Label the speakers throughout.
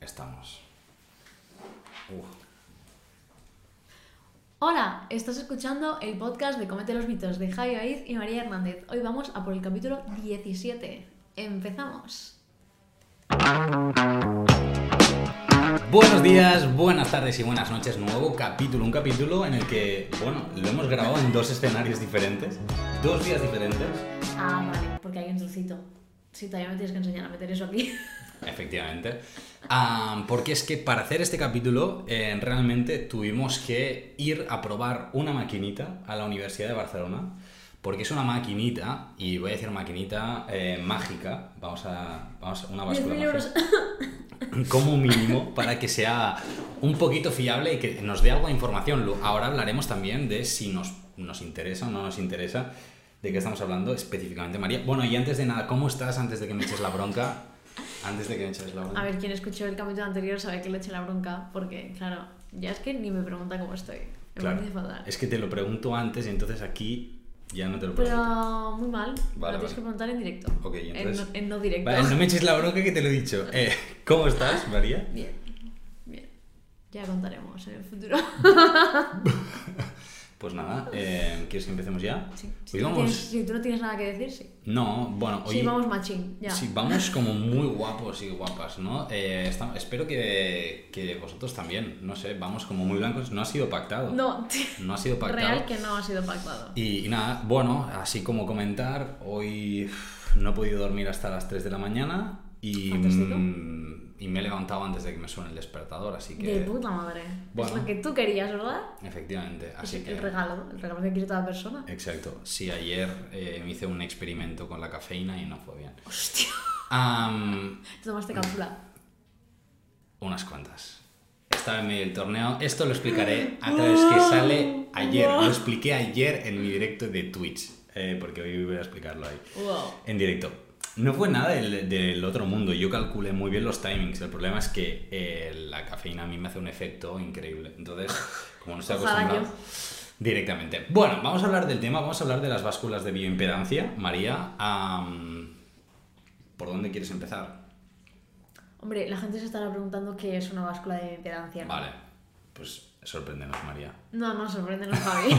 Speaker 1: estamos. Uf.
Speaker 2: Hola, estás escuchando el podcast de Comete los mitos de Javi Aiz y María Hernández. Hoy vamos a por el capítulo 17. Empezamos.
Speaker 1: Buenos días, buenas tardes y buenas noches. Nuevo capítulo, un capítulo en el que, bueno, lo hemos grabado en dos escenarios diferentes, dos días diferentes.
Speaker 2: Ah, vale, porque hay un dulcito. Sí, todavía me tienes que enseñar a meter eso aquí.
Speaker 1: Efectivamente. Ah, porque es que para hacer este capítulo eh, realmente tuvimos que ir a probar una maquinita a la Universidad de Barcelona. Porque es una maquinita, y voy a decir maquinita eh, mágica, vamos a, vamos a una
Speaker 2: 10.000
Speaker 1: báscula mágica,
Speaker 2: euros.
Speaker 1: como mínimo, para que sea un poquito fiable y que nos dé algo de información. Lo- Ahora hablaremos también de si nos, nos interesa o no nos interesa, de qué estamos hablando específicamente, María. Bueno, y antes de nada, ¿cómo estás antes de que me eches la bronca? Antes de que me eches la bronca.
Speaker 2: A ver, quien escuchó el capítulo anterior sabe que le eché la bronca, porque, claro, ya es que ni me pregunta cómo estoy. Me
Speaker 1: Claro.
Speaker 2: parece fatal.
Speaker 1: Es que te lo pregunto antes y entonces aquí ya no te lo pregunto.
Speaker 2: Pero muy mal. me
Speaker 1: Vale,
Speaker 2: lo tienes
Speaker 1: vale.
Speaker 2: que preguntar en directo.
Speaker 1: Ok,
Speaker 2: En
Speaker 1: entonces-
Speaker 2: no- en, no directo.
Speaker 1: Vale, no me eches la bronca que te lo he dicho. Eh, ¿Cómo estás, María?
Speaker 2: Bien, bien. Ya contaremos en el futuro.
Speaker 1: Pues nada, eh, ¿quieres que empecemos ya?
Speaker 2: Sí. Si,
Speaker 1: Hoy
Speaker 2: tú no
Speaker 1: vamos-
Speaker 2: tienes- si tú no tienes nada que decir, sí.
Speaker 1: No, bueno, hoy...
Speaker 2: Sí, vamos machín, ya.
Speaker 1: sí, vamos como muy guapos y guapas, ¿no? Eh, esta- espero que, que vosotros también, no sé, vamos como muy blancos. No ha sido pactado.
Speaker 2: No,
Speaker 1: No ha sido pactado.
Speaker 2: real que no ha sido pactado.
Speaker 1: Y, y nada, bueno, así como comentar, hoy uf, no he podido dormir hasta las 3 de la mañana y,
Speaker 2: Fantástico.
Speaker 1: mm, y me he levantado antes de que me suene el despertador, así que...
Speaker 2: De puta madre.
Speaker 1: Bueno.
Speaker 2: Es lo que tú querías, ¿verdad?
Speaker 1: Efectivamente,
Speaker 2: Es
Speaker 1: así que... Eh,
Speaker 2: el regalo, el regalo que quiere toda persona.
Speaker 1: Exacto, sí, ayer eh, me hice un experimento con la cafeína y no fue bien.
Speaker 2: Hostia,
Speaker 1: Am,
Speaker 2: te tomaste cápsula.
Speaker 1: unas cuantas. Estaba en medio del torneo, esto lo explicaré a través que sale ayer, lo expliqué ayer en mi directo de Twitch, eh, porque hoy voy a explicarlo ahí.
Speaker 2: Wow.
Speaker 1: En directo. No fue nada del, del otro mundo. Yo calculé muy bien los timings. El problema es que eh, la cafeína a mí me hace un efecto increíble. Entonces, como no estoy
Speaker 2: Ojalá
Speaker 1: acostumbrado. Directamente. Bueno, vamos a hablar del tema. Vamos a hablar de las básculas de bioimpedancia. María, am, ¿por dónde quieres empezar?
Speaker 2: Hombre, la gente se estará preguntando qué es una báscula de impedancia.
Speaker 1: Vale. Pues sorpréndenos, María.
Speaker 2: No, no, sorpréndenos, Javi.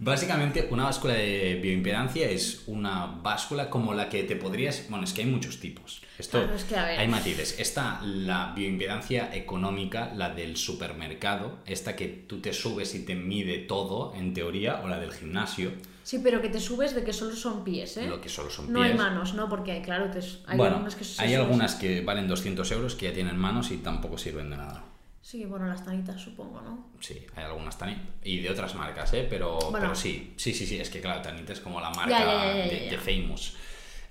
Speaker 1: Básicamente, una báscula de bioimpedancia es una báscula como la que te podrías. Bueno, es que hay muchos tipos. Esto,
Speaker 2: Claro, es que, a ver.
Speaker 1: Hay matices. Está la bioimpedancia económica, la del supermercado, esta que tú te subes y te mide todo, en teoría, o la del gimnasio,
Speaker 2: sí, pero que te subes de que solo son pies, ¿eh?
Speaker 1: lo que solo son
Speaker 2: No hay
Speaker 1: pies.
Speaker 2: manos, ¿no? Porque, claro, te- hay
Speaker 1: bueno,
Speaker 2: algunas que se
Speaker 1: hay
Speaker 2: suben.
Speaker 1: algunas que valen 200 euros que ya tienen manos y tampoco sirven de nada.
Speaker 2: Sí, bueno, las tanitas, supongo, ¿no?
Speaker 1: Sí, hay algunas Tanit. Y de otras marcas, ¿eh? Pero,
Speaker 2: Bueno.
Speaker 1: pero sí, sí, sí, sí. Es que claro, Tanit es como la marca
Speaker 2: Ya, ya, ya, ya,
Speaker 1: de,
Speaker 2: ya.
Speaker 1: de Famous.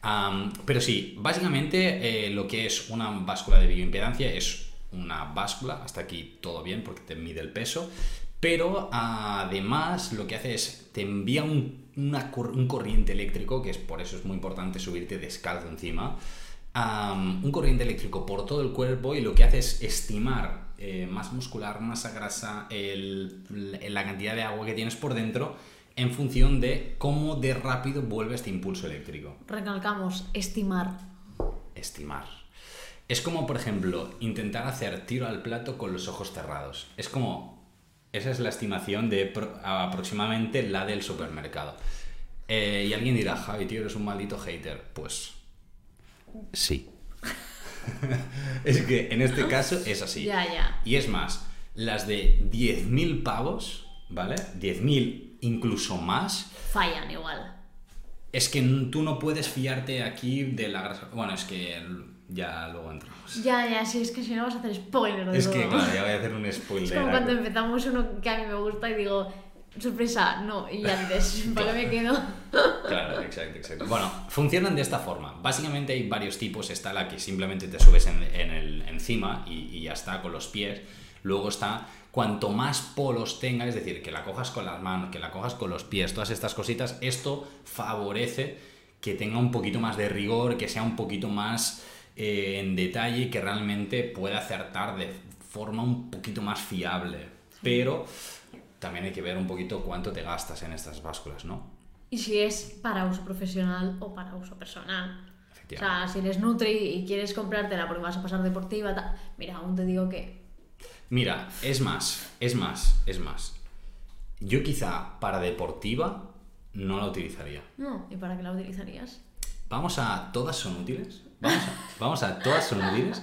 Speaker 1: Am, pero sí, básicamente eh, lo que es una báscula de bioimpedancia es una báscula, hasta aquí todo bien porque te mide el peso, pero además lo que hace es te envía un, una cor- un corriente eléctrico, que es por eso es muy importante subirte descalzo encima, am, un corriente eléctrico por todo el cuerpo y lo que hace es estimar eh, más muscular, masa grasa, el- la cantidad de agua que tienes por dentro en función de cómo de rápido vuelve este impulso eléctrico
Speaker 2: Recalcamos, estimar.
Speaker 1: estimar. Es como, por ejemplo, intentar hacer tiro al plato con los ojos cerrados. Es como, esa es la estimación de pro- aproximadamente la del supermercado. Eh, y alguien dirá, Javi, tío, eres un maldito hater. Pues sí. es que en este caso es así.
Speaker 2: Ya, ya.
Speaker 1: Y es más, las de 10.000 pavos, ¿vale? 10.000 incluso más,
Speaker 2: Fallan igual.
Speaker 1: es que n- tú no puedes fiarte aquí de la grasa. Bueno, es que l- ya luego entramos.
Speaker 2: Ya, ya, sí, es que si no vas a hacer spoiler de
Speaker 1: Pues Es que,
Speaker 2: todo.
Speaker 1: claro, ya voy a hacer un
Speaker 2: Es
Speaker 1: spoiler.
Speaker 2: como
Speaker 1: aquí.
Speaker 2: cuando empezamos uno que a mí me gusta y digo, sorpresa, no, y ya dices, ¿para qué me quedo?
Speaker 1: Claro, exacto, exacto. Bueno, funcionan de esta forma. Básicamente hay varios tipos. Está la que simplemente te subes en, en el, encima y, y ya está con los pies. Luego está cuanto más polos tenga, es decir, que la cojas con las manos, que la cojas con los pies, todas estas cositas, esto favorece que tenga un poquito más de rigor, que sea un poquito más eh, en detalle y que realmente pueda acertar de forma un poquito más fiable. Pero también hay que ver un poquito cuánto te gastas en estas básculas, ¿no?
Speaker 2: Y si es para uso profesional o para uso personal. O
Speaker 1: efectivamente.
Speaker 2: sea, si eres nutri y quieres comprártela porque vas a pasar deportiva, ta- mira, aún te digo que
Speaker 1: Mira, es más, es más, es más. Yo quizá para deportiva no la utilizaría.
Speaker 2: no. ¿Y para qué la utilizarías?
Speaker 1: Vamos a todas son útiles. Vamos a, vamos a todas son útiles.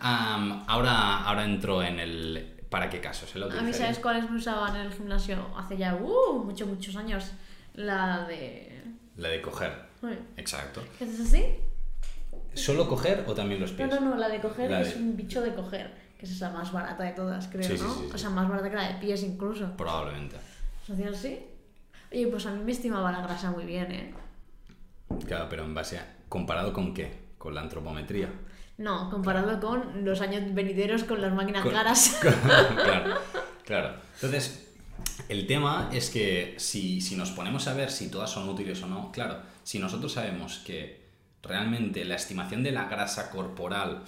Speaker 1: Am, ahora, ahora entro en el para qué casos. ¿eh? La
Speaker 2: A mí,
Speaker 1: utilizaría.
Speaker 2: ¿sabes cuáles me usaban en el gimnasio hace ya uh, muchos, muchos años? La de.
Speaker 1: La de coger.
Speaker 2: ¿Qué
Speaker 1: Exacto.
Speaker 2: haces así?
Speaker 1: ¿Solo coger o también los
Speaker 2: No,
Speaker 1: pies?
Speaker 2: no, no, la de coger
Speaker 1: La
Speaker 2: es
Speaker 1: de-
Speaker 2: un bicho de coger, que es la más barata de todas, creo,
Speaker 1: Sí, sí,
Speaker 2: ¿no?
Speaker 1: sí, sí.
Speaker 2: O sea, más barata que la de pies incluso.
Speaker 1: Probablemente.
Speaker 2: ¿Se hacía así? Oye, pues a mí me estimaba la grasa muy bien, ¿eh?
Speaker 1: Claro, pero en base a... ¿Comparado con qué? Con la antropometría.
Speaker 2: No, comparado con los años venideros con las máquinas
Speaker 1: Con-
Speaker 2: caras.
Speaker 1: claro, claro. Entonces, el tema es que si, si nos ponemos a ver si todas son útiles o no, claro, si nosotros sabemos que realmente la estimación de la grasa corporal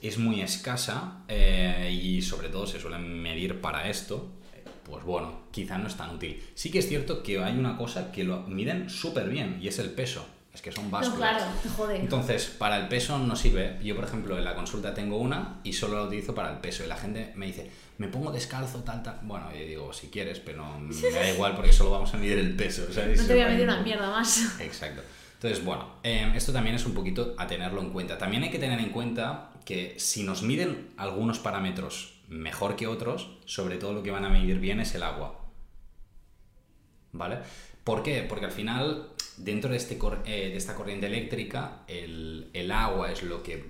Speaker 1: es muy escasa eh, y sobre todo se suele medir para esto, eh, pues bueno, quizá no es tan útil. Sí que es cierto que hay una cosa que lo miden súper bien y es el peso. Es que son
Speaker 2: No,
Speaker 1: básculas.
Speaker 2: claro, joder.
Speaker 1: Entonces, para el peso no sirve. Yo, por ejemplo, en la consulta tengo una y solo la utilizo para el peso. Y la gente me dice, me pongo descalzo, tal, tal. Bueno, yo digo, si quieres, pero me da igual porque solo vamos a medir el peso. ¿sabes?
Speaker 2: No te voy a meter una mierda más.
Speaker 1: Exacto. Entonces, bueno, eh, esto también es un poquito a tenerlo en cuenta. También hay que tener en cuenta que si nos miden algunos parámetros mejor que otros, sobre todo lo que van a medir bien es el agua. ¿Vale? ¿Por qué? Porque al final, dentro de, este cor- eh, de esta corriente eléctrica, el, el agua es lo que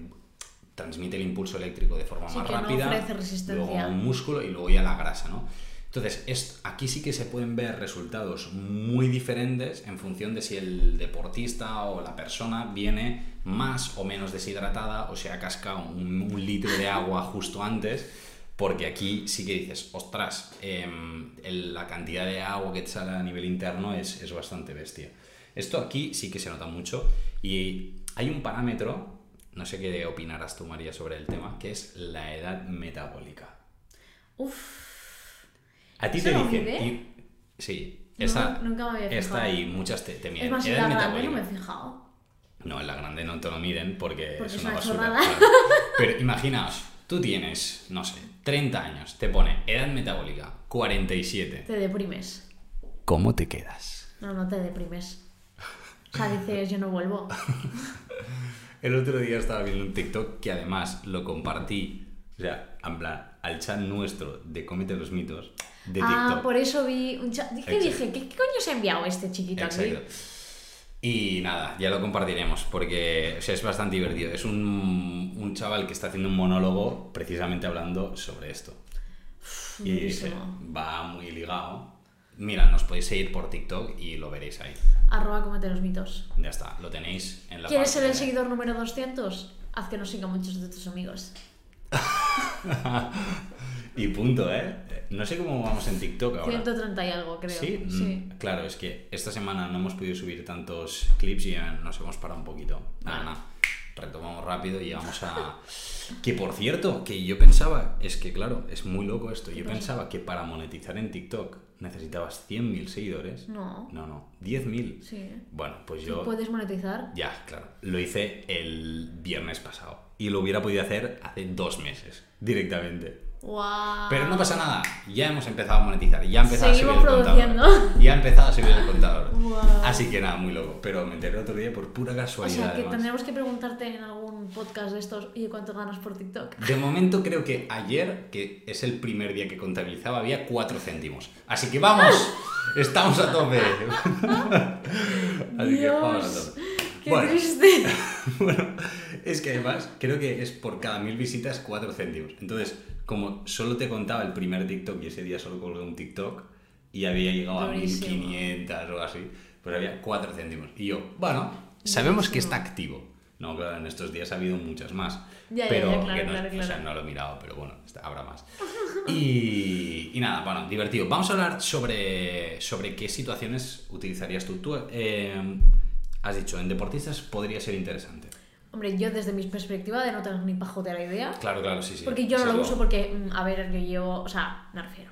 Speaker 1: transmite el impulso eléctrico de forma
Speaker 2: Sí,
Speaker 1: más
Speaker 2: que no
Speaker 1: rápida.
Speaker 2: ofrece resistencia.
Speaker 1: Luego un músculo y luego ya la grasa, ¿no? Entonces, est- aquí sí que se pueden ver resultados muy diferentes en función de si el deportista o la persona viene más o menos deshidratada o se ha cascado un, un litro de agua justo antes, porque aquí sí que dices, ostras, em, el- la cantidad de agua que te sale a nivel interno es, es bastante bestia. Esto aquí sí que se nota mucho y hay un parámetro, no sé qué opinarás tú María sobre el tema, que es la edad metabólica.
Speaker 2: Uf,
Speaker 1: A ti
Speaker 2: ¿Eso
Speaker 1: te
Speaker 2: lo
Speaker 1: dicen.
Speaker 2: mide?
Speaker 1: y- sí,
Speaker 2: No,
Speaker 1: esta,
Speaker 2: nunca me había fijado.
Speaker 1: esta y muchas te, te miden.
Speaker 2: es más, en
Speaker 1: Edad
Speaker 2: la grande no me he
Speaker 1: metabólica.
Speaker 2: fijado.
Speaker 1: No, en la grande no te lo miden porque,
Speaker 2: Porque
Speaker 1: es
Speaker 2: es
Speaker 1: una
Speaker 2: una
Speaker 1: basura.
Speaker 2: chorrada.
Speaker 1: claro. Pero imaginaos, tú tienes, no sé, 30 años, te pone edad metabólica 47.
Speaker 2: Te deprimes.
Speaker 1: ¿Cómo te quedas?
Speaker 2: No, no te deprimes. O sea, dices, yo no vuelvo.
Speaker 1: El otro día estaba viendo un TikTok que además lo compartí, o sea, en plan, al chat nuestro de Comete los Mitos de TikTok.
Speaker 2: Ah, por eso vi un chat. Dije,
Speaker 1: Exacto.
Speaker 2: dije, ¿qué, qué coño se ha enviado este chiquito aquí?
Speaker 1: Exacto. Y nada, ya lo compartiremos porque o sea, es bastante divertido. Es un, un chaval que está haciendo un monólogo precisamente hablando sobre esto.
Speaker 2: Pff,
Speaker 1: Y dice,
Speaker 2: buenísimo.
Speaker 1: va muy ligado. Mira, nos podéis seguir por TikTok y lo veréis ahí.
Speaker 2: Arroba comete los mitos.
Speaker 1: Ya está, lo tenéis en la
Speaker 2: ¿Quieres
Speaker 1: parte
Speaker 2: ser el
Speaker 1: de-
Speaker 2: seguidor número 200? Haz que nos sigan muchos de tus amigos.
Speaker 1: Y punto, ¿eh? No sé cómo vamos en TikTok ahora.
Speaker 2: 130 y algo, creo.
Speaker 1: ¿Sí?
Speaker 2: sí.
Speaker 1: Mm, Claro, es que esta semana no hemos podido subir tantos clips y eh, nos hemos parado un poquito. Nada,
Speaker 2: Vale.
Speaker 1: nada. Retomamos rápido y vamos a. que por cierto, que yo pensaba, es que claro, es muy loco esto. Yo
Speaker 2: pasa?
Speaker 1: pensaba que para monetizar en TikTok necesitabas 100.000 seguidores.
Speaker 2: No.
Speaker 1: No, no, 10.000.
Speaker 2: Sí.
Speaker 1: Bueno, pues
Speaker 2: ¿Tú
Speaker 1: mm. yo.
Speaker 2: puedes monetizar?
Speaker 1: Ya, claro. Lo hice el viernes pasado. Y lo hubiera podido hacer hace dos meses, directamente.
Speaker 2: ¡Guau!
Speaker 1: Pero no pasa nada, ya hemos empezado a monetizar, ya ha empezado
Speaker 2: Ah. Seguimos
Speaker 1: a subir el contador.
Speaker 2: produciendo.
Speaker 1: Ya ha empezado a subir el contador.
Speaker 2: Guau.
Speaker 1: Así que nada, muy loco. Pero me enteré otro día por pura
Speaker 2: O
Speaker 1: casualidad.
Speaker 2: sea, que
Speaker 1: además.
Speaker 2: tendremos que preguntarte en algún podcast de estos, oye, ¿cuánto ganas por TikTok?
Speaker 1: De momento creo que ayer, que es el primer día que contabilizaba, había 4 céntimos. Así que vamos, estamos a tope. Así que vamos a
Speaker 2: Dios,
Speaker 1: tope.
Speaker 2: ¡Qué
Speaker 1: Bueno.
Speaker 2: triste!
Speaker 1: Bueno, es que además creo que es por cada mil visitas 4 céntimos. Entonces, como solo te contaba el primer TikTok y ese día solo colgué un TikTok y había llegado a
Speaker 2: Durísimo.
Speaker 1: 1500 o así, pues había 4 céntimos. Y yo, bueno, sabemos que está activo. No, claro, en estos días ha habido muchas más.
Speaker 2: Ya, ya,
Speaker 1: pero
Speaker 2: ya, claro,
Speaker 1: que no,
Speaker 2: claro,
Speaker 1: O sea,
Speaker 2: claro.
Speaker 1: no lo he mirado, pero bueno, está- habrá más. Y, y nada, bueno, divertido. Vamos a hablar sobre, sobre qué situaciones utilizarías tú. Tú eh, has dicho, en deportistas podría ser interesante.
Speaker 2: Hombre, yo desde mi perspectiva de no tener ni pajotera idea,
Speaker 1: Claro, claro, sí, sí.
Speaker 2: Porque yo no
Speaker 1: Eso
Speaker 2: lo
Speaker 1: es
Speaker 2: uso porque, mm, a ver, yo llevo, o sea, me refiero,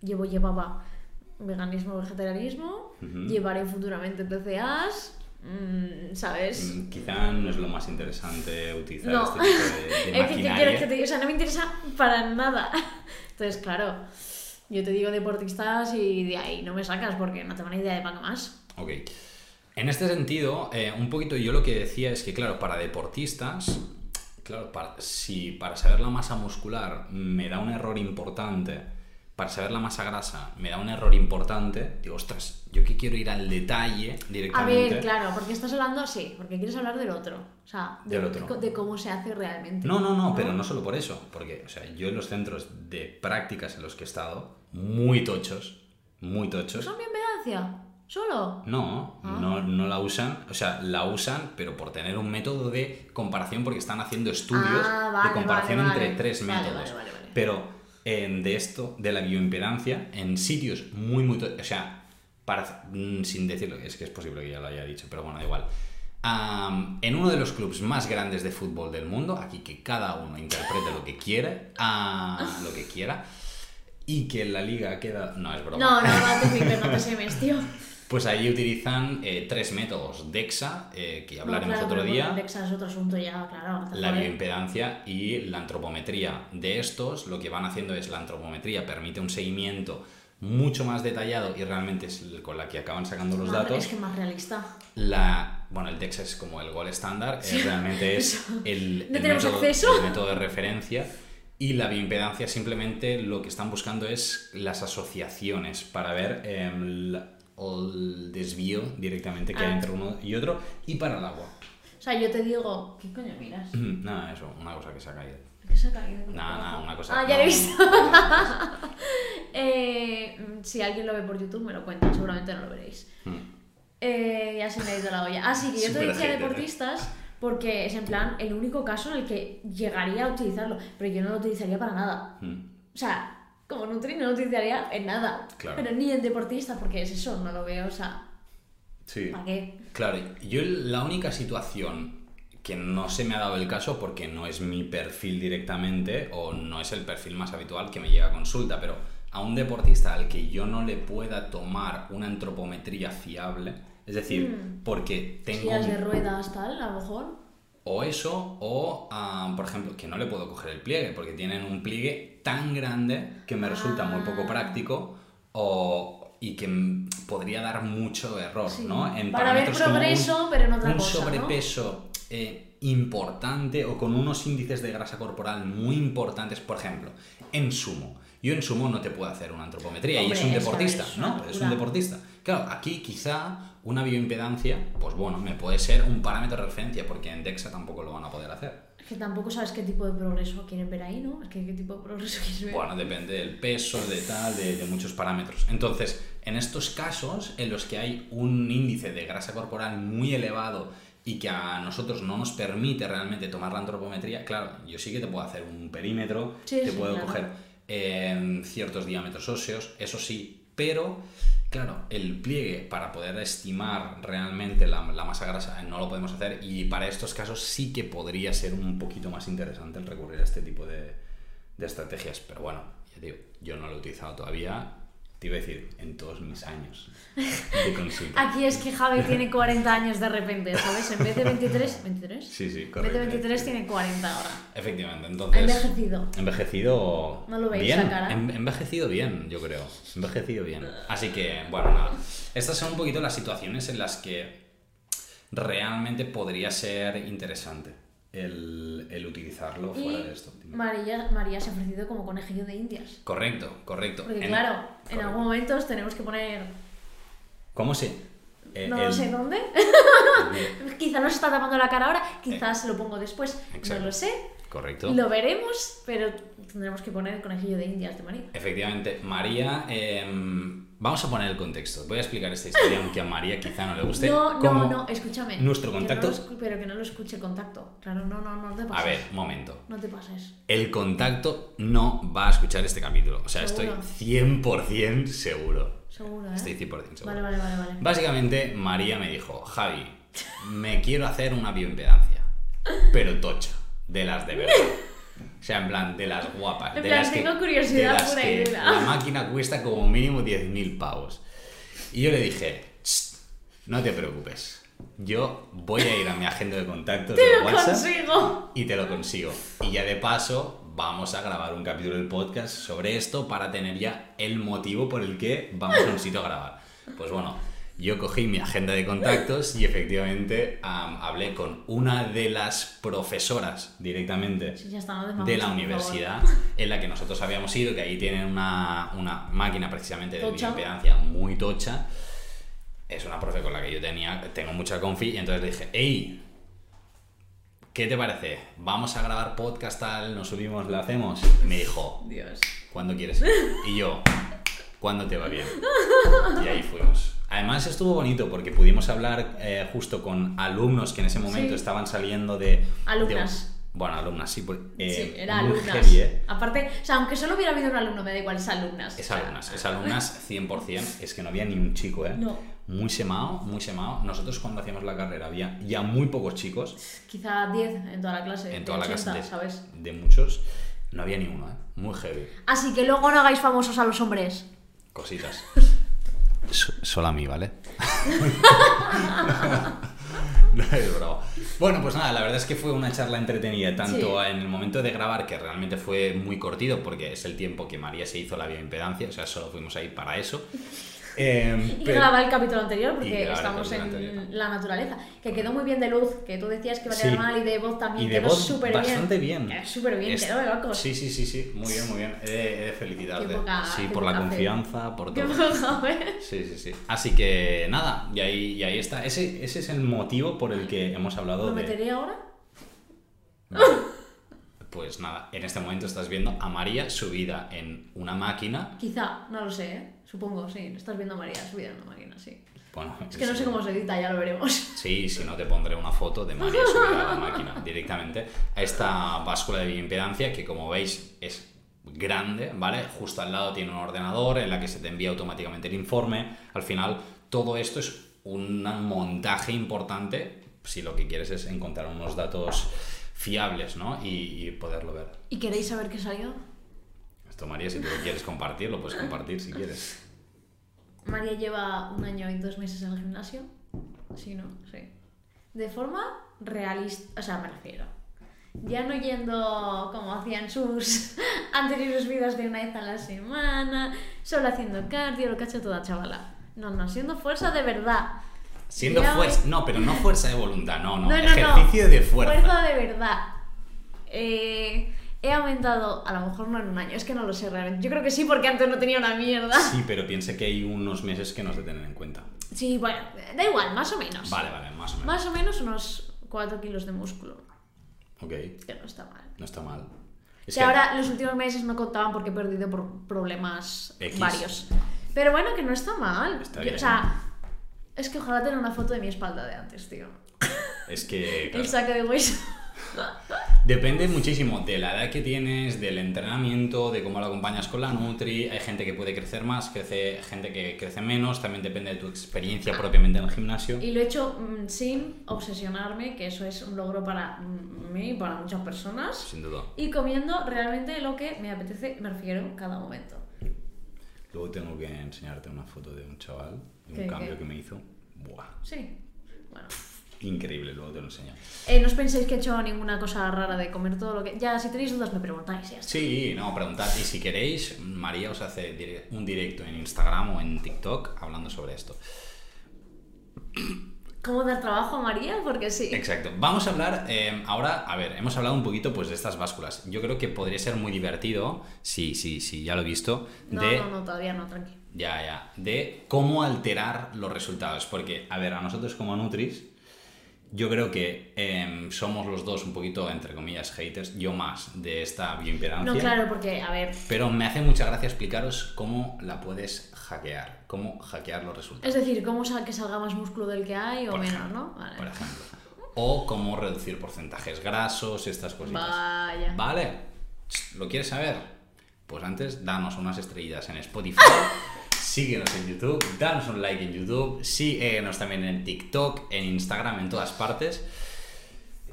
Speaker 2: llevo, llevaba veganismo, vegetarianismo, llevaré futuramente TCAs, Mm, ¿Sabes?
Speaker 1: Mm, Quizá no es lo más interesante utilizar
Speaker 2: No.
Speaker 1: este tipo de, de
Speaker 2: Es que, ¿qué
Speaker 1: maquinaria.
Speaker 2: quieres que te diga? O sea, no me interesa para nada. Entonces, claro, yo te digo deportistas y de ahí no me sacas porque no tengo ni idea de para qué más.
Speaker 1: Ok. En este sentido, eh, un poquito yo lo que decía es que, claro, para deportistas, claro, para- si para saber la masa muscular me da un error importante, para saber la masa grasa me da un error importante, digo, ostras, yo que quiero ir al detalle
Speaker 2: A
Speaker 1: directamente.
Speaker 2: ver, claro, porque estás hablando, sí, porque quieres hablar del otro. O sea, de,
Speaker 1: Del otro.
Speaker 2: de cómo se hace realmente.
Speaker 1: No, no, no, pero no solo por eso, porque o sea, yo en los centros de prácticas en los que he estado, muy tochos, muy tochos.
Speaker 2: ¿Son mi impedancia? ¿Solo?
Speaker 1: No,
Speaker 2: Ah.
Speaker 1: no, no la usan, o sea, la usan, pero por tener un método de comparación, porque están haciendo estudios
Speaker 2: Ah, vale,
Speaker 1: de comparación
Speaker 2: vale,
Speaker 1: entre
Speaker 2: vale.
Speaker 1: tres
Speaker 2: Vale,
Speaker 1: métodos.
Speaker 2: vale, vale, vale.
Speaker 1: Pero en- de esto, de la bioimpedancia, en sitios muy, muy... to- O sea, para, mm, sin decirlo, es que es posible que ya lo haya dicho, pero bueno, da igual. Am, en uno de los clubes más grandes de fútbol del mundo, aquí que cada uno interprete lo que quiere, ah, lo que quiera, y que la liga queda... No, es broma.
Speaker 2: No, no, no te flipes, no te semes, tío.
Speaker 1: Pues ahí utilizan eh, tres métodos: DEXA, eh, que ya hablaremos
Speaker 2: No, Ah, claro,
Speaker 1: otro
Speaker 2: pero
Speaker 1: día,
Speaker 2: bueno, Alexa es otro asunto ya, claro. no te
Speaker 1: la
Speaker 2: jodes.
Speaker 1: bioimpedancia y la antropometría. De estos, lo que van haciendo es la antropometría permite un seguimiento mucho más detallado y realmente es el- con la que acaban sacando los
Speaker 2: Más-
Speaker 1: datos.
Speaker 2: Es que más realista.
Speaker 1: La, bueno, el DEXA es como el gol estándar, eh, realmente es el,
Speaker 2: No
Speaker 1: el
Speaker 2: tenemos
Speaker 1: método,
Speaker 2: acceso.
Speaker 1: el método de referencia. Y la bioimpedancia simplemente lo que están buscando es las asociaciones para ver em, la- o el desvío directamente que hay
Speaker 2: Ah.
Speaker 1: entre uno y otro y para el agua.
Speaker 2: O sea, yo te digo, ¿qué coño miras?
Speaker 1: Nada, eso, una cosa que se ha caído.
Speaker 2: ¿Qué se ha caído?
Speaker 1: Nada, nada, una cosa.
Speaker 2: Ah, ya lo
Speaker 1: no,
Speaker 2: he visto. Eh, mm, si alguien lo ve por YouTube, me lo cuenta, seguramente no lo veréis.
Speaker 1: Mm,
Speaker 2: Eh, ya se me ha ido la olla. Ah, sí, que yo te
Speaker 1: Súper
Speaker 2: decía
Speaker 1: hater, ¿eh?
Speaker 2: deportistas porque es en plan el único caso en el que llegaría a utilizarlo, pero yo no lo utilizaría para nada.
Speaker 1: mm.
Speaker 2: O sea, como Nutri no lo utilizaría en nada,
Speaker 1: Claro.
Speaker 2: pero ni en deportistas porque es eso, no lo veo, o sea,
Speaker 1: Sí.
Speaker 2: ¿para qué?
Speaker 1: Claro, yo la única situación que no se me ha dado el caso porque no es mi perfil directamente o no es el perfil más habitual que me llega a consulta, pero a un deportista al que yo no le pueda tomar una antropometría fiable, es decir, porque tengo
Speaker 2: Sillas
Speaker 1: un-
Speaker 2: de ruedas, tal, a lo mejor.
Speaker 1: o eso o, ah, por ejemplo, que no le puedo coger el pliegue porque tienen un pliegue tan grande que me resulta muy poco
Speaker 2: Ah.
Speaker 1: práctico o y que mm, podría dar mucho error,
Speaker 2: Sí.
Speaker 1: ¿no? En
Speaker 2: Para ver
Speaker 1: parámetros como
Speaker 2: progreso, pero en otra
Speaker 1: un
Speaker 2: cosa, ¿no?
Speaker 1: sobrepeso eh, importante o con unos índices de grasa corporal muy importantes, por ejemplo, en sumo. Yo en sumo no te puedo hacer una antropometría y
Speaker 2: Hombre,
Speaker 1: es un
Speaker 2: eso
Speaker 1: deportista,
Speaker 2: es una
Speaker 1: ¿no? Es un
Speaker 2: locura.
Speaker 1: deportista. Claro, aquí quizá una bioimpedancia, pues bueno, me puede ser un parámetro de referencia porque en DEXA tampoco lo van a poder hacer.
Speaker 2: Es que tampoco sabes qué tipo de progreso quieren ver ahí, ¿no? Es que qué tipo de progreso quieres ver.
Speaker 1: Bueno, depende del peso, de tal, de, de muchos parámetros. Entonces, en estos casos en los que hay un índice de grasa corporal muy elevado y que a nosotros no nos permite realmente tomar la antropometría, claro, yo sí que te puedo hacer un perímetro,
Speaker 2: Sí,
Speaker 1: te
Speaker 2: sí,
Speaker 1: puedo
Speaker 2: claro.
Speaker 1: coger eh, ciertos diámetros óseos, eso sí, pero claro, el pliegue para poder estimar realmente la, la masa grasa eh, no lo podemos hacer y para estos casos sí que podría ser un poquito más interesante el recurrir a este tipo de, de estrategias, pero bueno, ya te digo, yo no lo he utilizado todavía, te iba a decir, en todos mis años de consulta.
Speaker 2: Aquí es que Javi tiene 40 años de repente, ¿sabes? En vez de 23, ¿23?
Speaker 1: Sí, sí,
Speaker 2: En vez
Speaker 1: correcto.
Speaker 2: de 23 tiene 40 ahora.
Speaker 1: Efectivamente,
Speaker 2: Ha
Speaker 1: entonces...
Speaker 2: envejecido.
Speaker 1: Envejecido
Speaker 2: No lo veis
Speaker 1: bien.
Speaker 2: la cara.
Speaker 1: en- envejecido bien, yo creo. Envejecido bien. Así que, bueno, nada. Estas son un poquito las situaciones en las que realmente podría ser interesante el, el utilizarlo fuera de
Speaker 2: Y
Speaker 1: esto. Dime.
Speaker 2: María, María se ha ofrecido como conejillo de indias.
Speaker 1: Correcto, correcto.
Speaker 2: Porque
Speaker 1: En-
Speaker 2: claro, en
Speaker 1: correcto.
Speaker 2: algún momento os tenemos que poner...
Speaker 1: ¿Cómo sí? Eh,
Speaker 2: No
Speaker 1: el-
Speaker 2: sé dónde. Quizá nos está tapando la cara ahora, quizás lo pongo después.
Speaker 1: Eh. Exacto.
Speaker 2: No lo sé.
Speaker 1: Correcto.
Speaker 2: Lo veremos, pero tendremos que poner el conejillo de indias de María.
Speaker 1: Efectivamente, María, eh, vamos a poner el contexto. Voy a explicar esta historia, aunque a María quizá no le guste.
Speaker 2: No,
Speaker 1: Como-
Speaker 2: no, no, escúchame.
Speaker 1: nuestro
Speaker 2: Que no lo
Speaker 1: contacto.
Speaker 2: escu- pero que no lo escuche contacto. Claro, no, no, no te pases.
Speaker 1: A ver, un momento.
Speaker 2: No te pases.
Speaker 1: El contacto no va a escuchar este capítulo. O sea,
Speaker 2: Seguro.
Speaker 1: estoy 100% seguro.
Speaker 2: Seguro, ¿eh?
Speaker 1: Estoy 100% seguro.
Speaker 2: Vale, vale, vale, vale.
Speaker 1: Básicamente, María me dijo, Javi, me quiero hacer una bioimpedancia, pero tocha, de las de verdad. O sea, en plan, de las guapas.
Speaker 2: En
Speaker 1: de
Speaker 2: plan,
Speaker 1: las que-
Speaker 2: tengo curiosidad
Speaker 1: de las
Speaker 2: pura y
Speaker 1: que
Speaker 2: dura.
Speaker 1: La máquina cuesta como mínimo 10.000 pavos. Y yo le dije, "Tss, no te preocupes, Yo voy a ir a mi agenda de contactos
Speaker 2: ¡Te
Speaker 1: de
Speaker 2: lo
Speaker 1: WhatsApp
Speaker 2: consigo!
Speaker 1: y te lo consigo. Y ya de paso, vamos a grabar un capítulo del podcast sobre esto para tener ya el motivo por el que vamos a un sitio a grabar. Pues bueno, yo cogí mi agenda de contactos y efectivamente am, hablé con una de las profesoras directamente
Speaker 2: Sí, ya está, no desmamos,
Speaker 1: de la
Speaker 2: por favor.
Speaker 1: universidad en la que nosotros habíamos ido, que ahí tienen una, una máquina precisamente de
Speaker 2: Tocha.
Speaker 1: bioimpedancia muy tocha. Es una profe con la que yo tenía, tengo mucha confi, y entonces le dije, hey, ¿qué te parece? ¿Vamos a grabar podcast tal? ¿Nos subimos? ¿La hacemos? Y me dijo,
Speaker 2: Dios.
Speaker 1: ¿cuándo quieres? Y yo, ¿cuándo te va bien? Y ahí fuimos. Además estuvo bonito porque pudimos hablar eh, justo con alumnos que en ese momento
Speaker 2: Sí.
Speaker 1: estaban saliendo de... de-
Speaker 2: Alumnas.
Speaker 1: bueno, alumnas, sí. por- eh,
Speaker 2: sí, era
Speaker 1: muy
Speaker 2: alumnas.
Speaker 1: heavy, ¿eh?
Speaker 2: Aparte, o sea, aunque solo hubiera habido un alumno, me da igual, es alumnas.
Speaker 1: Es
Speaker 2: O sea,
Speaker 1: alumnas, es alumnas 100%, es que no había ni un chico, ¿eh?
Speaker 2: No.
Speaker 1: Muy semao, muy semao. Nosotros cuando hacíamos la carrera había ya muy pocos chicos
Speaker 2: Quizá 10 en toda la clase.
Speaker 1: en
Speaker 2: de
Speaker 1: toda la
Speaker 2: 80,
Speaker 1: clase de,
Speaker 2: ¿sabes?
Speaker 1: de muchos, no había ni uno, ¿eh? Muy heavy.
Speaker 2: Así que luego no hagáis famosos a los hombres.
Speaker 1: Cositas. So- Solo a mí, ¿vale? No es broma. Bueno, pues nada, la verdad es que fue una charla entretenida, tanto
Speaker 2: Sí.
Speaker 1: en el momento de grabar, que realmente fue muy cortito, porque es el tiempo que María se hizo la bioimpedancia, o sea, solo fuimos ahí para eso. Eh,
Speaker 2: Y
Speaker 1: pero-
Speaker 2: grabar el capítulo anterior
Speaker 1: Y
Speaker 2: porque
Speaker 1: grabar el
Speaker 2: estamos en
Speaker 1: capítulo anterior.
Speaker 2: la naturaleza. Que quedó muy bien de luz, que tú decías que iba a quedar
Speaker 1: Sí.
Speaker 2: mal y de voz también.
Speaker 1: Y de
Speaker 2: quedó
Speaker 1: voz
Speaker 2: súper
Speaker 1: bastante bien.
Speaker 2: Quedó súper bien,
Speaker 1: Es-
Speaker 2: Eh, quedó de locos.
Speaker 1: Sí, sí, sí, sí. Muy bien, muy bien. He de, he de felicitarte.
Speaker 2: Qué poca-
Speaker 1: sí,
Speaker 2: qué
Speaker 1: por la
Speaker 2: poca fe.
Speaker 1: confianza, por
Speaker 2: Qué
Speaker 1: todo.
Speaker 2: poca fe.
Speaker 1: Sí, sí, sí. Así que nada, y ahí, y ahí está. Ese, ese es el motivo por el que hemos hablado
Speaker 2: ¿Lo
Speaker 1: de.
Speaker 2: meteré ahora?
Speaker 1: Pues nada, en este momento estás viendo a María subida en una máquina.
Speaker 2: Quizá, no lo sé, ¿eh? supongo, sí. Estás viendo a María subida en una máquina, sí.
Speaker 1: Bueno,
Speaker 2: Es que no sé cómo se edita, ya lo veremos.
Speaker 1: Sí, si no te pondré una foto de María subida a la máquina directamente. A esta báscula de bioimpedancia que como veis es grande, ¿vale? Justo al lado tiene un ordenador en la que se te envía automáticamente el informe. Al final todo esto es un montaje importante si lo que quieres es encontrar unos datos fiables, ¿no? Y, y poderlo ver.
Speaker 2: ¿Y queréis saber qué salió?
Speaker 1: Esto María, si tú lo quieres compartir, lo puedes compartir si quieres.
Speaker 2: María lleva un año y dos meses en el gimnasio. Sí, ¿no? Sí. De forma realista, o sea, me refiero. Ya no yendo como hacían sus anteriores vidas de una vez a la semana, solo haciendo cardio, lo que ha hecho toda chavala. No, no, siendo fuerza de verdad.
Speaker 1: Siendo
Speaker 2: Ya-
Speaker 1: fuerza, no, pero no fuerza de voluntad, no, eh. no,
Speaker 2: No, no, no.
Speaker 1: ejercicio de fuerza.
Speaker 2: Fuerza de verdad. Eh, he aumentado, a lo mejor no en un año, es que no lo sé realmente. Yo creo que sí, porque antes no tenía una mierda.
Speaker 1: Sí, pero piensa que hay unos meses que no se tienen en cuenta.
Speaker 2: Sí, bueno, da igual, más o menos.
Speaker 1: Vale, vale, más o menos.
Speaker 2: Más o menos unos 4 kilos de músculo,
Speaker 1: Ok,
Speaker 2: que no está mal.
Speaker 1: no está mal.
Speaker 2: que,
Speaker 1: Es
Speaker 2: ahora los últimos meses no contaban porque he perdido por problemas
Speaker 1: X.
Speaker 2: varios. Pero bueno, que no está mal.
Speaker 1: Está
Speaker 2: Yo-
Speaker 1: bien.
Speaker 2: O sea, es que ojalá tener una foto de mi espalda de antes, tío.
Speaker 1: Es que claro,
Speaker 2: El saco de hueso.
Speaker 1: depende muchísimo de la edad que tienes, del entrenamiento, de cómo lo acompañas con la Nutri. Hay gente que puede crecer más, crece gente que crece menos. También depende de tu experiencia propiamente en el gimnasio.
Speaker 2: Y lo he hecho mm, sin obsesionarme, que eso es un logro para mm, mí y para muchas personas.
Speaker 1: Sin duda.
Speaker 2: Y comiendo realmente lo que me apetece, me refiero, en cada momento.
Speaker 1: Luego tengo que enseñarte una foto de un chaval, de un
Speaker 2: ¿Qué,
Speaker 1: cambio
Speaker 2: qué?
Speaker 1: que me hizo. Buah,
Speaker 2: Sí. Bueno.
Speaker 1: increíble, luego te lo enseño.
Speaker 2: Eh, no os penséis que he hecho ninguna cosa rara de comer todo lo que... Ya, si tenéis dudas me preguntáis. Ya está.
Speaker 1: Sí, no, preguntad. Y si queréis, María os hace dire- un directo en Instagram o en TikTok hablando sobre esto.
Speaker 2: ¿Cómo dar trabajo a María? Porque sí.
Speaker 1: Exacto. Vamos a hablar eh, ahora, a ver, hemos hablado un poquito pues de estas básculas. Yo creo que podría ser muy divertido, sí, sí, sí, ya lo he visto,
Speaker 2: No,
Speaker 1: de
Speaker 2: no, no, todavía no, tranqui.
Speaker 1: ya, ya, de cómo alterar los resultados, porque a ver, a nosotros como Nutris yo creo que em, somos los dos un poquito entre comillas haters, yo más de esta bioimpedancia.
Speaker 2: No, claro, porque, a ver...
Speaker 1: Pero me hace mucha gracia explicaros cómo la puedes hackear, cómo hackear los resultados.
Speaker 2: Es decir, ¿cómo sal que salga más músculo del que hay o
Speaker 1: Por
Speaker 2: menos,
Speaker 1: ejemplo,
Speaker 2: no? Vale.
Speaker 1: Por ejemplo. O cómo reducir porcentajes grasos, estas cositas.
Speaker 2: Vaya.
Speaker 1: Vale. ¿Lo quieres saber? Pues antes, danos unas estrellitas en Spotify. Síguenos en YouTube, danos un like en YouTube, síguenos también en TikTok, en Instagram, en todas partes.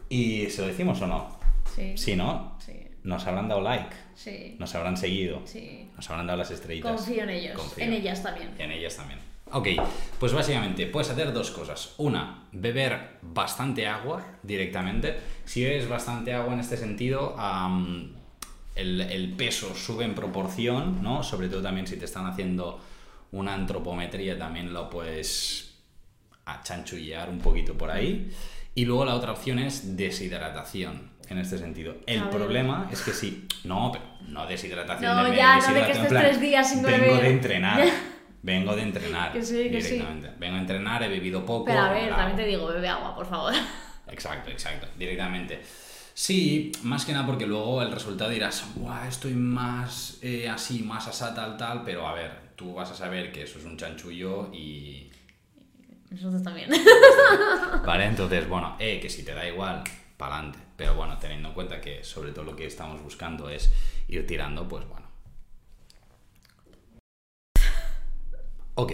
Speaker 1: ¿Y se lo decimos o no?
Speaker 2: Sí.
Speaker 1: Si no,
Speaker 2: Sí.
Speaker 1: nos habrán dado like,
Speaker 2: Sí.
Speaker 1: nos habrán seguido,
Speaker 2: Sí.
Speaker 1: nos habrán dado las estrellitas.
Speaker 2: Confío en ellos.
Speaker 1: Confío.
Speaker 2: En ellas también.
Speaker 1: En ellas también. Ok, pues básicamente puedes hacer dos cosas. Una, beber bastante agua directamente. Si bebes bastante agua en este sentido, am, el, el peso sube en proporción, ¿no? Sobre todo también si te están haciendo una antropometría, también lo puedes achanchullar un poquito por ahí. Y luego la otra opción es deshidratación en este sentido. El
Speaker 2: A ver.
Speaker 1: problema es que sí, no, pero no deshidratación.
Speaker 2: No,
Speaker 1: de me
Speaker 2: ya, no de que
Speaker 1: deshidrato, en
Speaker 2: estés
Speaker 1: plan,
Speaker 2: tres días sin
Speaker 1: Vengo
Speaker 2: beber.
Speaker 1: de entrenar. Vengo de entrenar.
Speaker 2: Que sí, que sí.
Speaker 1: directamente. Vengo a entrenar, he bebido poco.
Speaker 2: Pero a ver,
Speaker 1: bla,
Speaker 2: también te digo, bebe agua, por favor.
Speaker 1: Exacto, exacto, directamente. Sí, más que nada porque luego el resultado dirás, Buah, estoy más eh, así, más asá, tal, tal, pero a ver, tú vas a saber que eso es un chanchullo y...
Speaker 2: Nosotros también.
Speaker 1: Vale, entonces, bueno, eh, que si te da igual, pa'lante. Pero bueno, teniendo en cuenta que sobre todo lo que estamos buscando es ir tirando, pues bueno. Ok,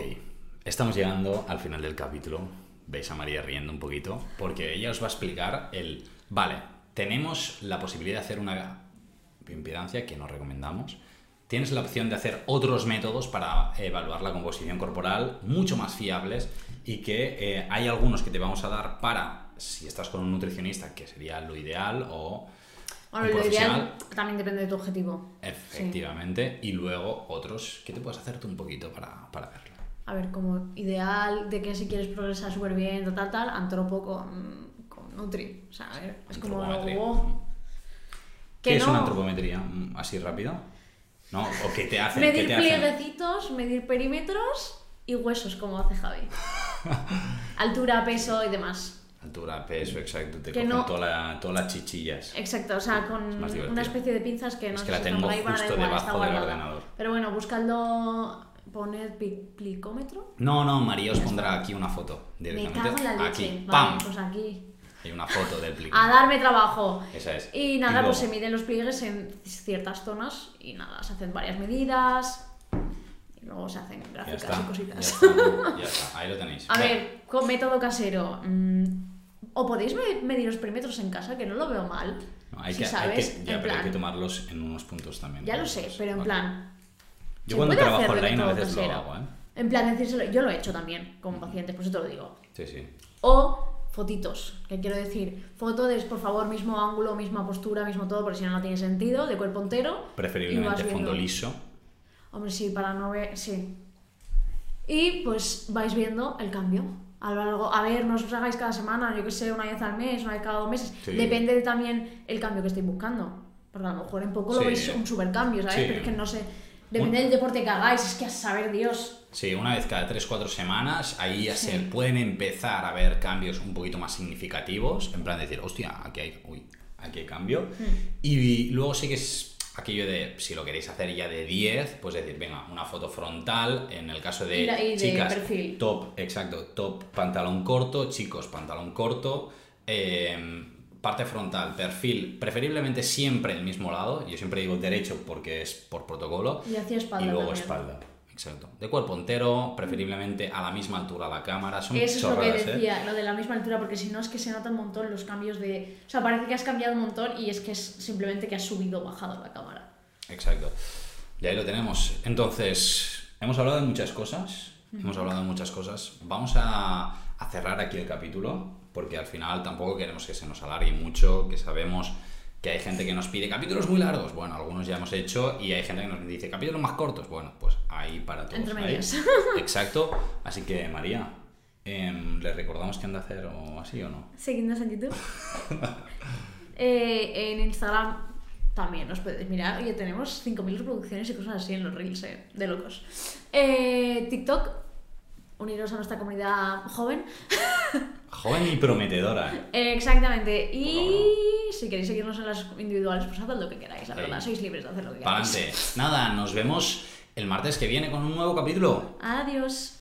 Speaker 1: estamos llegando al final del capítulo. Veis a María riendo un poquito, porque ella os va a explicar el... Vale, tenemos la posibilidad de hacer una impedancia que no recomendamos. Tienes la opción de hacer otros métodos para evaluar la composición corporal, mucho más fiables, y que eh, hay algunos que te vamos a dar para, si estás con un nutricionista, que sería lo ideal, o
Speaker 2: Bueno,
Speaker 1: un
Speaker 2: lo ideal
Speaker 1: profesional,
Speaker 2: también depende de tu objetivo.
Speaker 1: efectivamente, y luego otros que te puedes hacer tú un poquito para, para verlo.
Speaker 2: A ver, como ideal de que si quieres progresar súper bien, tal, tal, tal, antropo con, con Nutri. O sea, a ver, es como.
Speaker 1: Antropometría.
Speaker 2: wow.
Speaker 1: ¿Qué
Speaker 2: Que
Speaker 1: es
Speaker 2: no.
Speaker 1: una antropometría? Mm, ¿Así rápido? ¿No? ¿O qué te hacen? ¿Qué
Speaker 2: Medir
Speaker 1: te hacen?
Speaker 2: plieguecitos, medir perímetros y huesos, como hace Javi. Altura, peso y demás.
Speaker 1: Altura, peso, exacto, te
Speaker 2: Que
Speaker 1: cogen
Speaker 2: no. Eh.
Speaker 1: toda la- todas las chichillas.
Speaker 2: Exacto, o sea, con
Speaker 1: más divertido.
Speaker 2: una especie de pinzas que no
Speaker 1: Es
Speaker 2: sé
Speaker 1: que la
Speaker 2: si están
Speaker 1: tengo
Speaker 2: por ahí, van a dar
Speaker 1: justo
Speaker 2: igual,
Speaker 1: debajo
Speaker 2: está
Speaker 1: del
Speaker 2: guardada.
Speaker 1: ordenador.
Speaker 2: Pero bueno, buscadlo, poned pi- plicómetro.
Speaker 1: No, no, María os pondrá aquí una foto
Speaker 2: Me
Speaker 1: directamente.
Speaker 2: cago en la leche.
Speaker 1: Aquí,
Speaker 2: Vale,
Speaker 1: ¡pam!
Speaker 2: pues aquí.
Speaker 1: Hay una foto del
Speaker 2: A
Speaker 1: plicón.
Speaker 2: darme trabajo.
Speaker 1: Esa es.
Speaker 2: Y nada,
Speaker 1: luego,
Speaker 2: pues se miden los pliegues en ciertas zonas y nada, se hacen varias medidas y luego se hacen
Speaker 1: Ya
Speaker 2: gráficas
Speaker 1: está.
Speaker 2: y
Speaker 1: Ya
Speaker 2: cositas.
Speaker 1: está, ¿no? Ya está, ahí lo tenéis.
Speaker 2: A
Speaker 1: Bueno,
Speaker 2: ver, con método casero. mm, o podéis me- medir los perímetros en casa, que no lo veo mal.
Speaker 1: no, hay
Speaker 2: si
Speaker 1: que, hay
Speaker 2: sabes,
Speaker 1: que- ya,
Speaker 2: en
Speaker 1: pero hay
Speaker 2: plan,
Speaker 1: que tomarlos en unos puntos también.
Speaker 2: ya lo sé, pero en
Speaker 1: Vale.
Speaker 2: plan.
Speaker 1: Yo
Speaker 2: se
Speaker 1: cuando
Speaker 2: puede
Speaker 1: trabajo
Speaker 2: hacer de
Speaker 1: online a
Speaker 2: método
Speaker 1: veces lo
Speaker 2: casero.
Speaker 1: hago, ¿eh?
Speaker 2: En plan, decírselo, yo lo he hecho también con pacientes, por eso te lo digo.
Speaker 1: Sí, sí.
Speaker 2: O fotitos, que quiero decir, foto de, por favor, mismo ángulo, misma postura, mismo todo, porque si no, no tiene sentido, de cuerpo entero. y vas
Speaker 1: Preferiblemente
Speaker 2: viendo.
Speaker 1: fondo liso.
Speaker 2: Hombre, sí, para no ver, sí. Y pues vais viendo el cambio. A lo largo, a ver, no os hagáis cada semana, yo que sé, una vez al mes, una vez cada dos meses.
Speaker 1: Sí.
Speaker 2: Depende de también el cambio que estéis buscando. Porque a lo mejor en poco lo
Speaker 1: Sí.
Speaker 2: veis un supercambio, ¿sabes?
Speaker 1: Sí.
Speaker 2: Pero es que no sé. Depende del deporte que hagáis, es que a saber Dios.
Speaker 1: Sí, una vez cada 3-4 semanas, ahí ya se
Speaker 2: Sí.
Speaker 1: pueden empezar a ver cambios un poquito más significativos, en plan de decir, hostia, aquí hay, uy, aquí hay cambio.
Speaker 2: Mm.
Speaker 1: Y luego sí que es aquello de, si lo queréis hacer ya de 10, pues decir, venga, una foto frontal, en el caso de
Speaker 2: Y la- y de
Speaker 1: chicas,
Speaker 2: perfil.
Speaker 1: top, exacto, top, pantalón corto, chicos, pantalón corto, eh, parte frontal, perfil, preferiblemente siempre el mismo lado, yo siempre digo derecho porque es por protocolo,
Speaker 2: Y hacia espalda.
Speaker 1: y luego
Speaker 2: también.
Speaker 1: espalda. Exacto. De cuerpo entero, preferiblemente a la misma altura la cámara. Son
Speaker 2: Eso es lo que
Speaker 1: chorradas, ¿eh?
Speaker 2: decía, lo de la misma altura, porque si no es que se nota un montón los cambios de. O sea, parece que has cambiado un montón y es que es simplemente que has subido o bajado la cámara.
Speaker 1: Exacto. Y ahí lo tenemos. Entonces, hemos hablado de muchas cosas. Hemos hablado de muchas cosas. Vamos a, a cerrar aquí el capítulo, porque al final tampoco queremos que se nos alargue mucho, que sabemos que hay gente que nos pide capítulos muy largos. Bueno, algunos ya hemos hecho, y hay gente que nos dice capítulos más cortos. Bueno, pues ahí para todos.
Speaker 2: Entre
Speaker 1: ahí.
Speaker 2: medias.
Speaker 1: Exacto. Así que, María, em, ¿le recordamos que anda a hacer o así o no?
Speaker 2: Seguidnos en YouTube. Eh, en Instagram también nos podéis mirar. Oye, tenemos 5.000 reproducciones y cosas así en los reels, eh, de locos. Eh, TikTok, uniros a nuestra comunidad joven.
Speaker 1: Joven y prometedora. ¿eh?
Speaker 2: Eh, exactamente. Y
Speaker 1: Bueno.
Speaker 2: si queréis seguirnos en las individuales, pues haced lo que queráis, la
Speaker 1: Sí.
Speaker 2: verdad. Sois libres de hacer lo que queráis.
Speaker 1: Pa'lante. Nada, nos vemos el martes que viene con un nuevo capítulo.
Speaker 2: Adiós.